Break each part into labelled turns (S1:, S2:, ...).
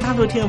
S1: 大陆听众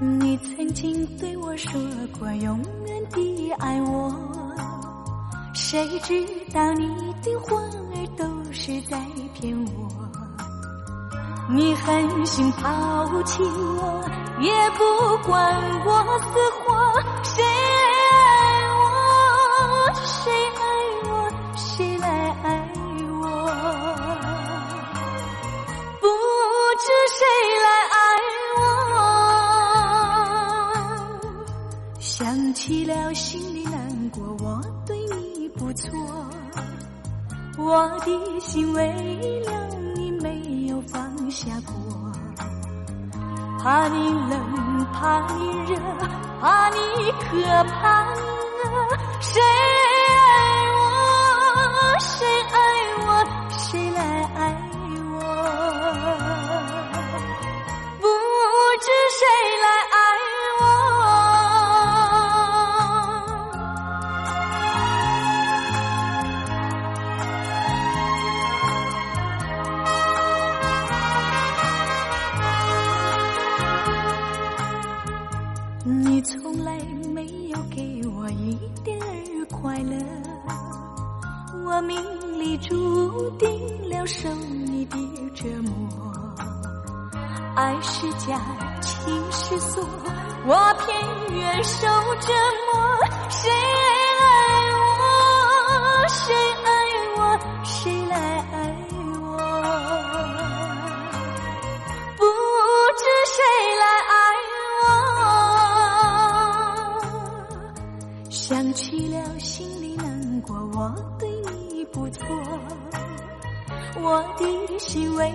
S2: 你曾经对我说过永远的爱我，谁知道你的话儿都是在骗我。你狠心抛弃我，也不管我死活，谁爱我，谁爱我，谁来爱我？不知谁来爱我。想起了心里难过，我对你不错，我的心为了你没有放下过，怕你冷，怕你热，怕你渴，怕你饿，谁爱我？谁爱我？谁来爱我？不知谁来爱我。你从来没有给我一点儿快乐，我命里注定了受你的折磨。爱是假，情是锁，我偏愿受折磨。谁爱我？谁爱我？谁来爱我？不知谁来爱我。想起了心里难过，我对你不错，我的心为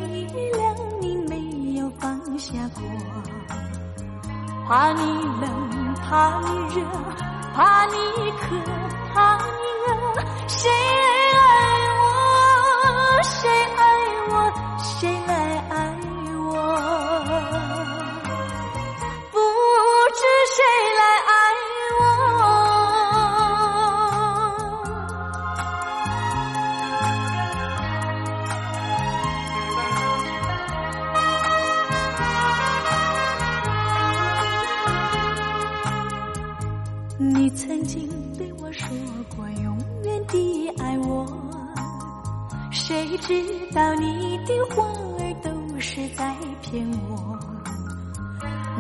S2: 了你没有放下过，怕你冷，怕你热，怕你渴，怕你饿，谁爱我？谁爱我？谁来爱我？不知谁来爱我。你曾经对我说过永远的爱我，谁知道你的话儿都是在骗我。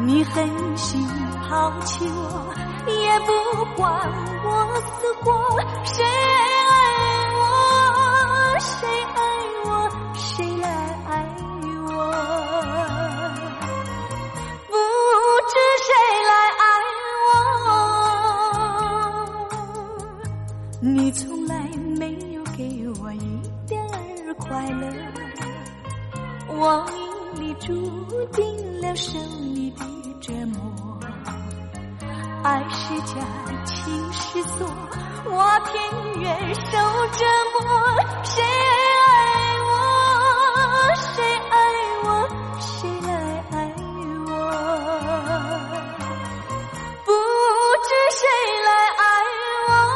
S2: 你狠心抛弃我，也不管我死活。谁爱我？谁爱我？谁来爱我？不知谁来爱我。你从来没有给我一点儿快乐，我命里注定了受你的折磨。爱是假，情是锁，我偏愿受折磨。谁爱我？谁爱我？谁来爱我？不知谁来爱我。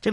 S1: 这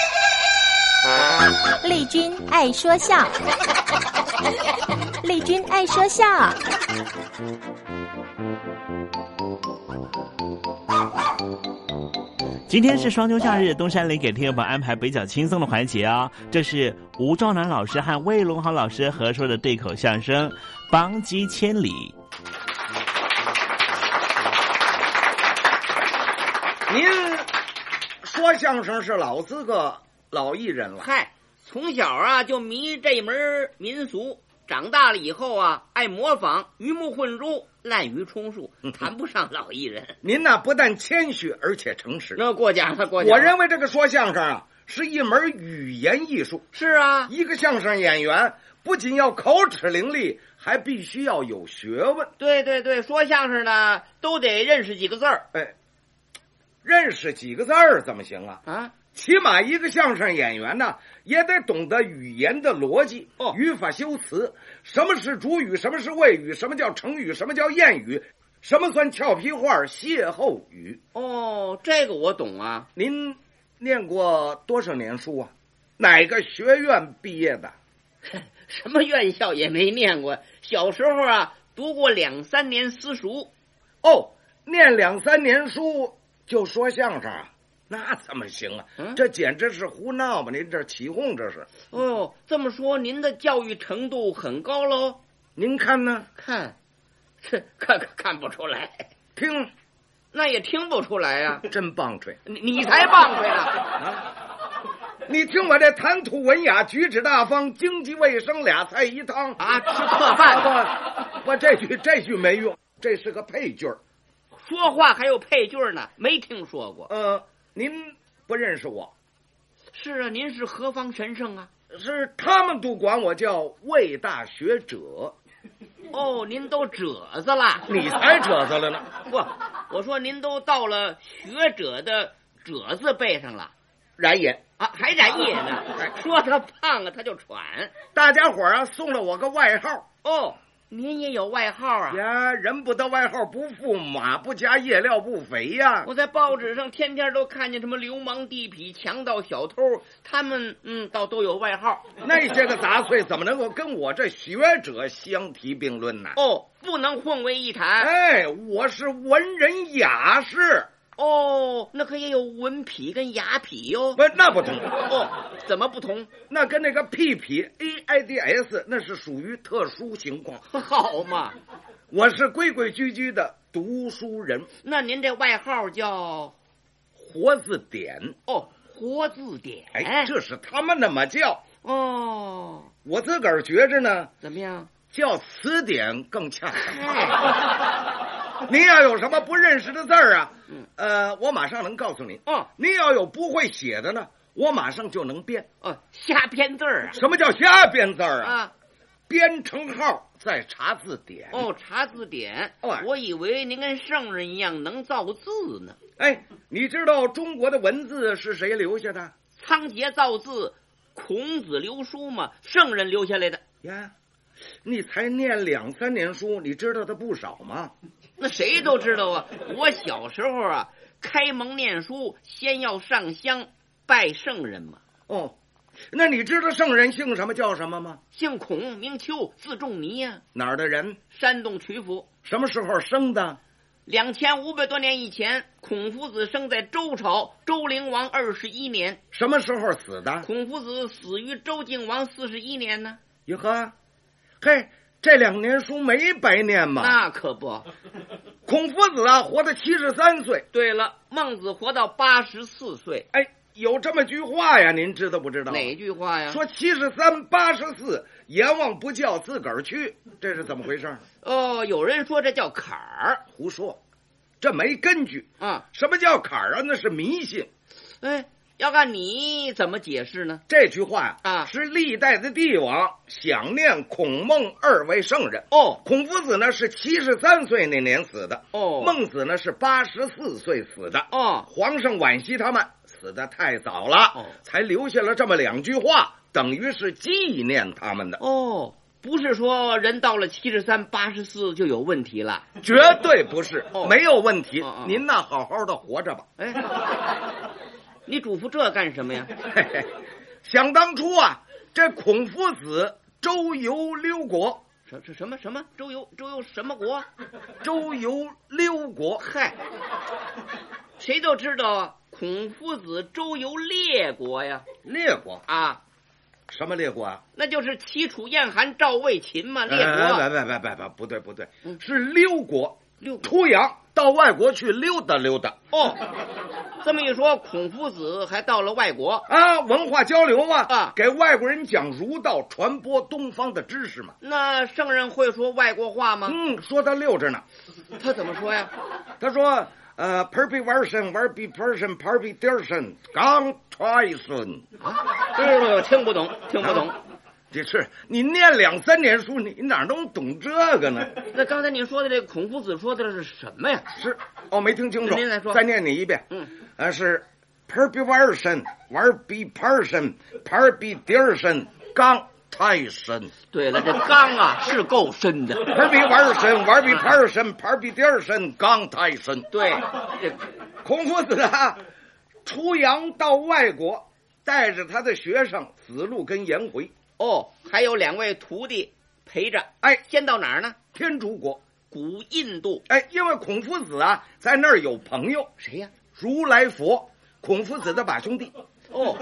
S3: 丽君爱说 笑，丽君爱说笑，
S1: 今天是双休假日，东山林给听友们安排比较轻松的环节哦。这是吴兆南老师和魏龙豪老师合说的对口相声《邦基千里》。
S4: 您说相声是老资格、老艺人了，
S2: 嗨，从小啊就迷这门民俗，长大了以后啊爱模仿，鱼目混珠，滥竽充数，
S4: 嗯
S2: 谈不上老艺人。
S4: 您呢不但谦虚，而且诚实。
S2: 那过奖了，过奖了。
S4: 我认为这个说相声啊是一门语言艺术。
S2: 是啊，
S4: 一个相声演员不仅要口齿伶俐，还必须要有学问。
S2: 对对对，说相声呢都得认识几个字儿。
S4: 哎。认识几个字儿怎么行啊？
S2: 啊，
S4: 起码一个相声演员呢，也得懂得语言的逻辑、
S2: 哦
S4: 语法修辞，什么是主语，什么是谓语，什么叫成语，什么叫谚语，什么算俏皮话、歇后语。
S2: 哦，这个我懂啊。
S4: 您念过多少年书啊？哪个学院毕业的？
S2: 什么院校也没念过，小时候啊读过两三年私塾，
S4: 哦，念两三年书就说相声啊？那怎么行啊？
S2: 嗯
S4: 这简直是胡闹吧！您这起哄这是？
S2: 哦，这么说您的教育程度很高喽？
S4: 您看呢？
S2: 看，这看看不出来，
S4: 听，
S2: 那也听不出来呀、
S4: 真棒槌！
S2: 你你才棒槌呢！
S4: 你听我这谈吐文雅、举止大方、经济卫生俩菜一汤
S2: 啊，吃客饭，
S4: 不不，这句这句没用，这是个配句儿。
S2: 说话还有配句儿呢，没听说过。
S4: 呃，您不认识我，
S2: 是啊，您是何方神圣啊？
S4: 是他们都管我叫魏大学者，
S2: 哦，您都褶子了。
S4: 你才褶子了呢。
S2: 不，我说您都到了学者的“者”字背上了
S4: 然也，
S2: 啊，还染野呢。说他胖啊，他就喘。
S4: 大家伙儿啊送了我个外号
S2: 哦，您也有外号啊？
S4: 呀，人不得外号不驸马，不加夜料不肥呀。
S2: 我在报纸上天天都看见什么流氓、地痞、强盗、小偷，他们嗯，倒都有外号。
S4: 那些个杂碎怎么能够跟我这学者相提并论呢？
S2: 哦，不能混为一谈。
S4: 哎，我是文人雅士，
S2: 哦，那可也有文痞跟雅痞哟。
S4: 不，那不同，
S2: 哦，怎么不同？
S4: 那跟那个屁屁 A I D S 那是属于特殊情况。
S2: 好嘛，
S4: 我是规规矩矩的读书人，
S2: 那您这外号叫
S4: 活字典。
S2: 哦活字典？
S4: 哎，这是他们那么叫，
S2: 哦，
S4: 我自个儿觉着呢，
S2: 怎么样？
S4: 叫词典更恰当。
S2: 哎，
S4: 您要有什么不认识的字儿啊
S2: 嗯，
S4: 呃，我马上能告诉您。
S2: 哦
S4: 您要有不会写的呢，我马上就能编。
S2: 哦，瞎编字儿
S4: 什么叫瞎编字儿
S2: 啊
S4: 啊？
S2: 啊！
S4: 编成号再查字典。
S2: 哦，查字典
S4: 哦，
S2: 我以为您跟圣人一样能造字呢。
S4: 哎，你知道中国的文字是谁留下的
S2: 仓颉造字，孔子留书嘛，圣人留下来的。
S4: 呀？你才念两三年书，你知道的不少吗？
S2: 那谁都知道啊！我小时候啊，开蒙念书，先要上香拜圣人嘛，
S4: 哦，那你知道圣人姓什么叫什么吗？
S2: 姓孔，名丘，字仲尼呀、
S4: 哪儿的人？
S2: 山东曲阜。
S4: 什么时候生的？
S2: 两千五百多年以前，孔夫子生在周朝周灵王二十一年，
S4: 什么时候死的？
S2: 孔夫子死于周敬王四十一年呢。
S4: 哟呵，嘿，这两年书没白念嘛。
S2: 那可不。
S4: 孔夫子啊，活到七十三岁。
S2: 对了，孟子活到八十四岁，
S4: 哎，有这么句话呀，您知道不知道？
S2: 哪句话呀？
S4: 说七十三八十四，阎王不叫自个儿去，这是怎么回事儿？
S2: 哦，有人说这叫坎儿
S4: 胡说，这没根据。
S2: 啊。
S4: 什么叫坎儿啊？那是迷信。
S2: 哎，要看你怎么解释呢？
S4: 这句话呀、
S2: 啊
S4: 是历代的帝王想念孔孟二位圣人。
S2: 哦
S4: 孔夫子呢是七十三岁那年死的，
S2: 哦
S4: 孟子呢是八十四岁死的。
S2: 哦
S4: 皇上惋惜他们死的太早了，
S2: 哦
S4: 才留下了这么两句话，等于是纪念他们的，
S2: 哦，不是说人到了七十三、八十四就有问题了。
S4: 绝对不是、
S2: 哦
S4: 没有问题。
S2: 哦哦
S4: 您呐，好好的活着吧。
S2: 哎， 你嘱咐这干什么呀？
S4: 嘿嘿， 想当初啊，这孔夫子周游六国，
S2: 什这什么什么周游周游什么国？
S4: 周游六国，
S2: 嗨，谁都知道啊，孔夫子周游列国呀。
S4: 列国
S2: 啊，
S4: 什么列国啊？
S2: 那就是齐楚燕韩赵魏秦嘛，啊列国。嗯
S4: 哎，别别别别，不对不对，是溜国，
S2: 溜
S4: 出洋到外国去溜达溜达。
S2: 哦，这么一说，孔夫子还到了外国
S4: 啊，文化交流嘛，
S2: 啊，
S4: 给外国人讲儒道，传播东方的知识嘛。
S2: 那圣人会说外国话吗？
S4: 嗯，说他溜着呢。
S2: 他怎么说呀？
S4: 他说。呃 p e r p e r s i o n v e r b p e r s i o n p e r p e t i s i o n g o n t r i s o n
S2: 啊，这我听不懂，听不懂。
S4: 啊这是你念两三年书，你哪能懂这个呢？
S2: 那刚才你说的这孔夫子说的是什么呀？
S4: 是哦，没听清楚。
S2: 您再说，
S4: 再念你一遍。
S2: 嗯，
S4: 呃，是 p e r p e r s i o n v e r b p e r s i o n p e r p e t i s i o n g o n t r i s o n
S2: 对了，这缸啊是够深的。
S4: 玩比玩深，玩比盘深，盘比第二深，刚太深。
S2: 对，这
S4: 孔夫子啊，出洋到外国，带着他的学生子路跟颜回，
S2: 哦，还有两位徒弟陪着。
S4: 哎，
S2: 先到哪儿呢？
S4: 天竺国。
S2: 古印度。
S4: 哎，因为孔夫子啊，在那儿有朋友，
S2: 谁呀、
S4: 如来佛，孔夫子的把兄弟。
S2: 哦，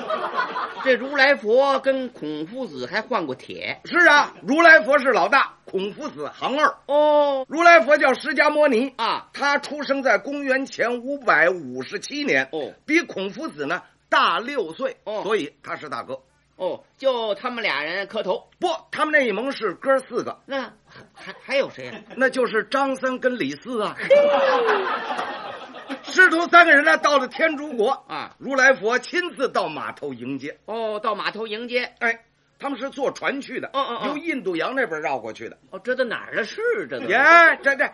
S2: 这如来佛跟孔夫子还换过帖。
S4: 是啊，如来佛是老大，孔夫子行二。
S2: 哦，
S4: 如来佛叫释迦摩尼
S2: 啊
S4: 他出生在公元前五百五十七年，
S2: 哦
S4: 比孔夫子呢大六岁，
S2: 哦
S4: 所以他是大哥。
S2: 哦，就他们俩人磕头。
S4: 不，他们那一盟是哥四个，
S2: 那还还有谁呀、
S4: 那就是张三跟李四啊。 师徒三个人呢，到了天竺国
S2: 啊
S4: 如来佛亲自到码头迎接。
S2: 哦，到码头迎接。
S4: 哎，他们是坐船去的，
S2: 嗯嗯嗯
S4: 由印度洋那边绕过去的。
S2: 哦，这都哪儿的事？这都
S4: 耶、这这，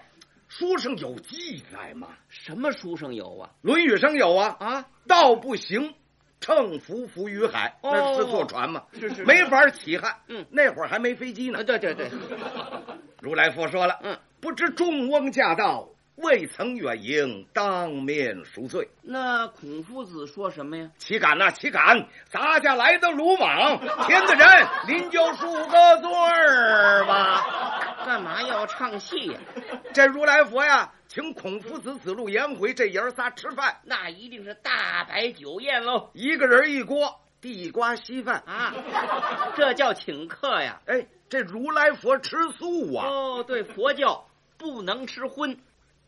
S4: 书上有记载吗？
S2: 什么书上有啊？
S4: 《论语》上有啊
S2: 啊，
S4: 道不行，乘浮浮于海，
S2: 哦
S4: 那是坐船嘛，
S2: 是是是
S4: 没法起汉。
S2: 嗯
S4: 那会儿还没飞机呢
S2: 啊，。对对对，
S4: 如来佛说了，
S2: 嗯，
S4: 不知众翁驾到，未曾远迎，当面赎罪。
S2: 那孔夫子说什么呀？
S4: 岂敢呐、岂敢！砸下来的鲁莽，天的人， 您就恕个罪儿吧。
S2: 干嘛要唱戏呀、
S4: 这如来佛呀，请孔夫子、子路、颜回这爷儿仨吃饭，
S2: 那一定是大摆酒宴喽
S4: 一个人一锅地瓜稀饭。
S2: 啊！这叫请客呀！
S4: 哎，这如来佛吃素啊！
S2: 哦，对，佛教不能吃荤。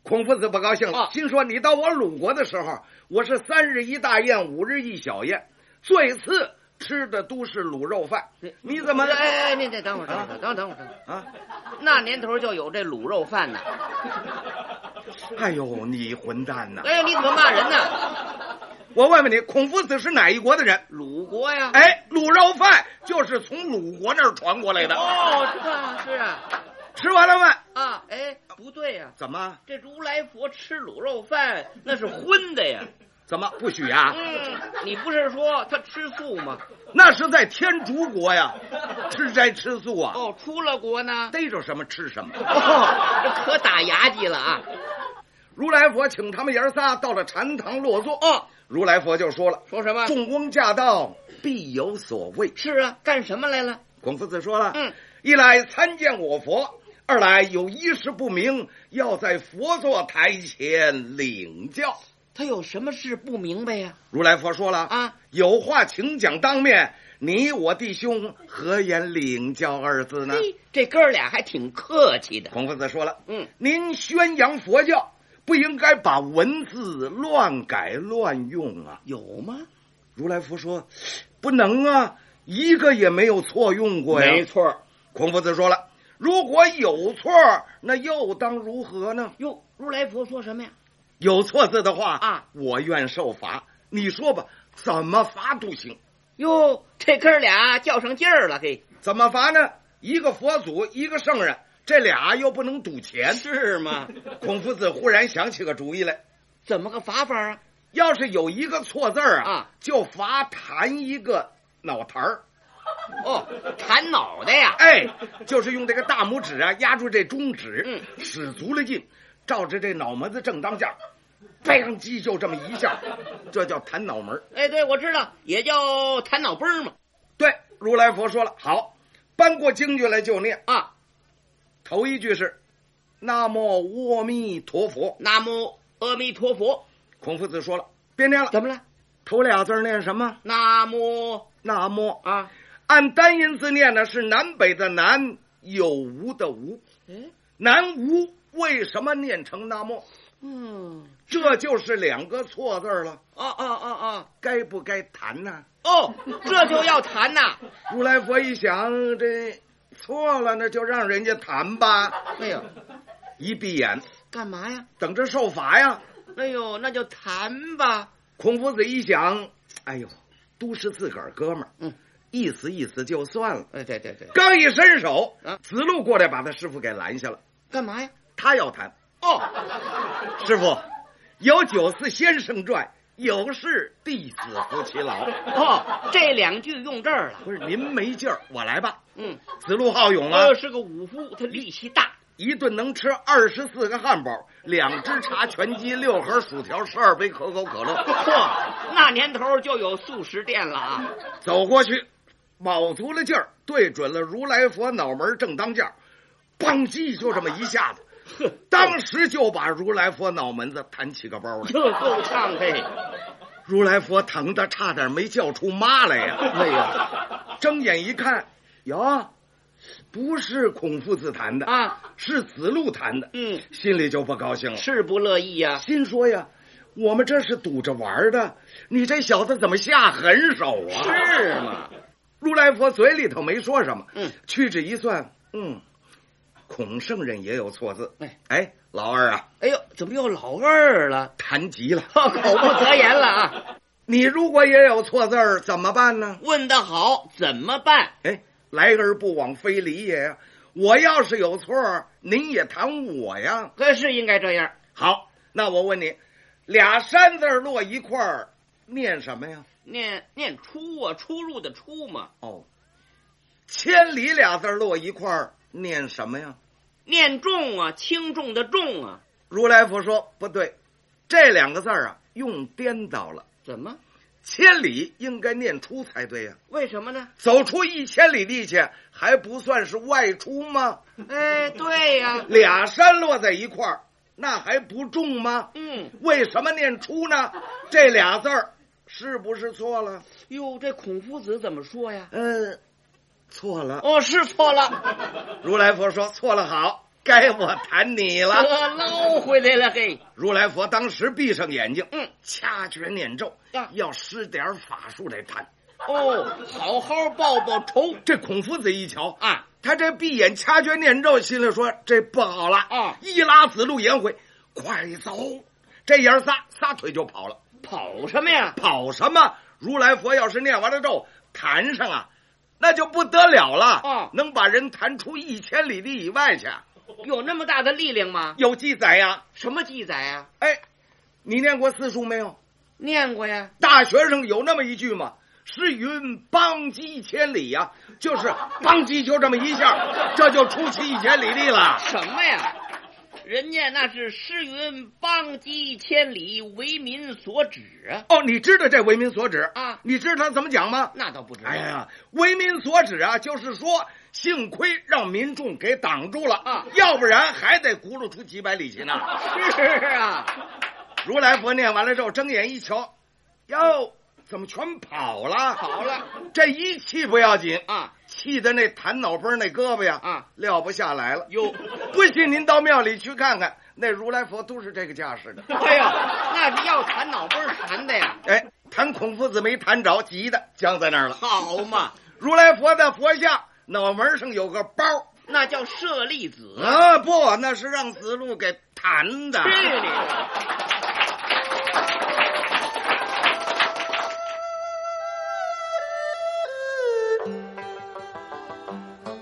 S4: 孔夫子不高兴了
S2: 啊，
S4: 心说：“你到我鲁国的时候，我是三日一大宴，五日一小宴，最次吃的都是卤肉饭
S2: 对，
S4: 你怎么
S2: 哎哎哎，你得等会儿，等会儿，等会儿，等会儿，等会儿。
S4: 啊？
S2: 那年头就有这卤肉饭呢。
S4: 哎呦，你混蛋呐！
S2: 哎，你怎么骂人呢？
S4: 我问问你，孔夫子是哪一国的人？
S2: 鲁国呀。
S4: 哎，卤肉饭就是从鲁国那儿传过来的。
S2: 哦，是啊，是啊，
S4: 吃完了饭
S2: 啊，哎，不对呀、
S4: 怎么
S2: 这如来佛吃卤肉饭那是荤的呀。
S4: 怎么不许啊？
S2: 嗯，你不是说他吃素吗？
S4: 那是在天竺国呀，吃斋吃素啊，
S2: 哦，出了国呢？
S4: 逮着什么吃什么。
S2: 哦， 这可打牙祭了啊！
S4: 如来佛请他们爷儿仨到了禅堂落座。啊
S2: 哦，
S4: 如来佛就说了。
S2: 说什么？
S4: 众翁驾到，必有所谓。
S2: 是啊，干什么来了？
S4: 孔夫子说了，
S2: 嗯，
S4: 一来参见我佛，二来有一事不明，要在佛座台前领教。
S2: 他有什么事不明白呀、
S4: 如来佛说了
S2: 啊，
S4: 有话请讲当面，你我弟兄何言领教二字呢？
S2: 嘿，这哥俩还挺客气的。
S4: 孔夫子说了，
S2: 嗯，
S4: 您宣扬佛教，不应该把文字乱改乱用啊。
S2: 有吗？
S4: 如来佛说，不能啊，一个也没有错用过呀。
S2: 错。
S4: 孔夫子说了，如果有错，那又当如何呢？
S2: 哟，如来佛说什么呀？
S4: 有错字的话
S2: 啊，
S4: 我愿受罚。你说吧，怎么罚都行。
S2: 哟，这哥俩较上劲儿了，嘿，
S4: 怎么罚呢？一个佛祖，一个圣人，这俩又不能赌钱。
S2: 是吗？
S4: 孔夫子忽然想起个主意来，
S2: 怎么个罚法啊？
S4: 要是有一个错字儿
S2: 啊
S4: 就罚弹一个脑坛儿。
S2: 哦，砍脑袋呀！
S4: 哎，就是用这个大拇指啊压住这中指，
S2: 嗯
S4: 使足了劲，照着这脑门子正当间儿，咣叽就这么一下，这叫弹脑门儿。
S2: 哎，对，我知道，也叫弹脑崩儿嘛。
S4: 对，如来佛说了，好，搬过经句来就念。
S2: 啊，
S4: 头一句是“南无阿弥陀佛
S2: 南无阿弥陀佛。”，
S4: 孔夫子说了，别念了。
S5: 怎么了？
S4: 头俩字念什么？
S5: 那么
S4: 那么
S5: 啊，
S4: 按单音字念呢是南北的南，有无的无。
S5: 嗯
S4: 南无为什么念成那么？
S5: 嗯，
S4: 这就是两个错字了，
S5: 哦哦哦哦
S4: 该不该谈呢、
S5: 哦，这就要谈呐！
S4: 如来佛一想，这错了，那就让人家谈吧。
S5: 哎呦，
S4: 一闭眼，
S5: 干嘛呀？
S4: 等着受罚呀。
S5: 哎呦，那就谈吧。
S4: 孔夫子一想，哎呦，都是自个儿哥们儿，
S5: 嗯，
S4: 意思意思就算了。
S5: 哎，对对对，
S4: 刚一伸手，
S5: 啊
S4: 子路过来把他师傅给拦下了。
S5: 干嘛呀？
S4: 他要谈，
S5: 哦，
S4: 师傅，有酒似先生传，有事弟子服其劳。
S5: 哦，这两句用这儿了。
S4: 不是您没劲儿，我来吧。
S5: 嗯，
S4: 子路好勇啊
S5: 这，是个武夫，他力气大。
S4: 一顿能吃二十四个汉堡，两只茶全鸡，六盒薯条，十二杯可口可乐。嚯，
S5: 那年头就有素食店了啊！
S4: 走过去，卯足了劲儿，对准了如来佛脑门正当间儿，邦叽就这么一下子，当时就把如来佛脑门子弹起个包来。
S5: 这够呛的。
S4: 如来佛疼的差点没叫出妈来呀！
S5: 哎呀，
S4: 睁眼一看，哟，不是孔夫子弹的
S5: 啊，
S4: 是子路弹的，
S5: 嗯，
S4: 心里就不高兴了，
S5: 是不乐意呀、
S4: 心说呀，我们这是赌着玩儿的，你这小子怎么下狠手啊？
S5: 是嘛？
S4: 如来佛嘴里头没说什么，
S5: 嗯，
S4: 屈指一算，嗯，孔圣人也有错字，
S5: 哎
S4: 哎，老二啊，
S5: 哎呦，怎么又老二了？
S4: 谈急 了，
S5: 口哦不择言了啊！
S4: 你如果也有错字儿，怎么办呢？
S5: 问得好，怎么办？
S4: 哎，来而不往非礼也呀！我要是有错儿，您也谈我呀。
S5: 可是应该这样。
S4: 好，那我问你，俩山字儿落一块儿，念什么呀？
S5: 念念出啊，出入的出嘛，
S4: 哦，千里俩字儿落一块儿，念什么呀？
S5: 念重啊，轻重的重啊，
S4: 如来佛说不对，这两个字儿啊，用颠倒了。
S5: 怎么？
S4: 千里应该念出才对呀、
S5: 为什么呢？
S4: 走出一千里地去，还不算是外出吗？
S5: 哎，对呀、
S4: 俩山落在一块儿，那还不重吗？
S5: 嗯，
S4: 为什么念出呢？这俩字儿是不是错了？
S5: 哟，这孔夫子怎么说呀？
S4: 嗯，错了。
S5: 哦，是错了，
S4: 如来佛说错了，好，该我谈你
S5: 这
S4: 了。
S5: 捞回来了，嘿，
S4: 如来佛当时闭上眼睛，
S5: 嗯，
S4: 掐诀念咒
S5: 啊，
S4: 要施点法术来谈。
S5: 哦，好好报报仇
S4: 这孔夫子一瞧，
S5: 啊！
S4: 他这闭眼掐诀念咒，心里说这不好了
S5: 啊
S4: 一拉子路颜回，快走！这爷儿仨撒腿就跑了，
S5: 跑什么呀？
S4: 跑什么？如来佛要是念完了咒，弹上啊，那就不得了了
S5: 啊
S4: 能把人弹出一千里地以外去。啊
S5: 有那么大的力量吗？
S4: 有记载呀、
S5: 什么记载啊？
S4: 哎，你念过四书没有？
S5: 念过呀？
S4: 大学生有那么一句吗？诗云“邦畿千里”呀，就是邦畿就这么一下，这就出其一千里地了。
S5: 什么呀？人家那是诗云“邦畿千里，为民所指”啊！
S4: 哦，你知道这为民所指
S5: 啊
S4: 你知道他怎么讲吗？
S5: 那倒不知道。
S4: 哎呀，为民所指啊，就是说幸亏让民众给挡住了
S5: 啊
S4: 要不然还得轱辘出几百里去呢。
S5: 是啊，
S4: 如来佛念完了之后，睁眼一瞧，哟，怎么全跑了？
S5: 跑了
S4: 这一气不要紧
S5: 啊，
S4: 气的那弹脑崩那胳膊呀
S5: 啊
S4: 撂不下来了。
S5: 哟，
S4: 不信您到庙里去看看，那如来佛都是这个架势的。
S5: 哎呀，那是要弹脑崩弹的呀，
S4: 哎，谈孔夫子没谈着，急的僵在那儿了。
S5: 好嘛，
S4: 如来佛的佛像脑门上有个包
S5: 那叫舍利子。
S4: 啊，不，那是让子路给弹的。
S5: 去你的！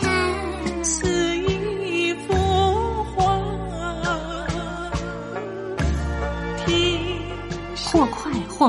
S2: 看似一幅画，听
S6: 或快或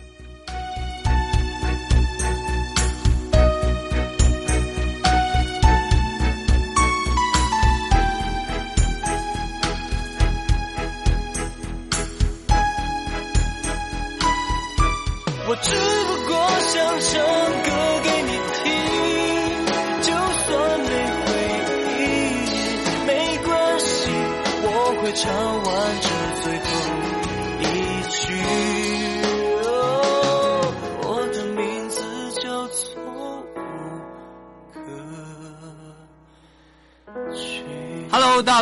S7: 我只不过想唱歌给你听，就算没回应，没关系，我会唱完这最后一句。哦我的名字叫错无可取。
S8: Hello，大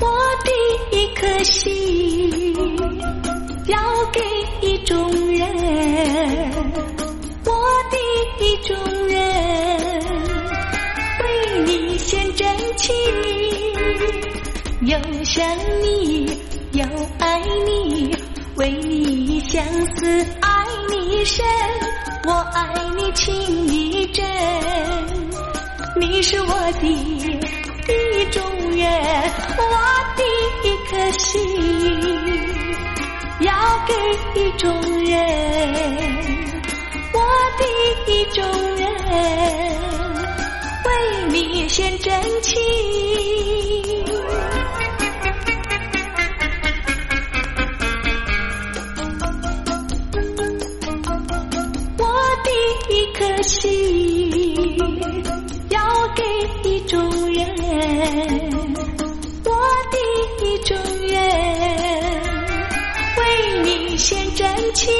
S2: 我的一颗心要给一种人，我的一种人为你献真情，又想你又爱你，为你相思爱你深，我爱你情意真，你是我的。一种人，我的一颗心要给一种人，我的一种人为你献真情。我的一颗心要给一种人，我的一种人为你献真情，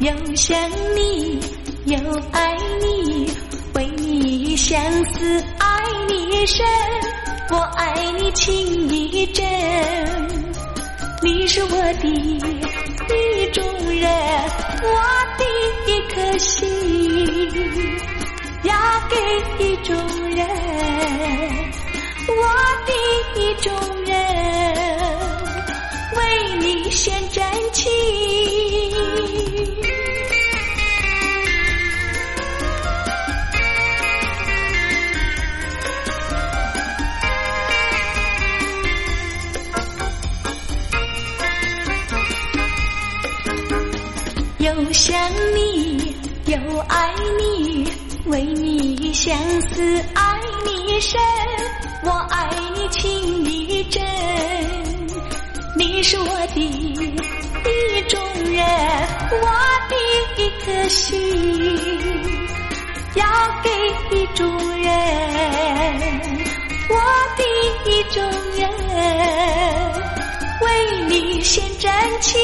S2: 又想你又爱你，为你相思爱你深，我爱你情意真，你是我的意中人，我的一颗心要给意中人，我的意中人为你献真情。又想你，又爱你，为你相思爱你深，我爱你情意真，你是我的意中人，我的一颗心要给意中人，我的意中人为你献真情。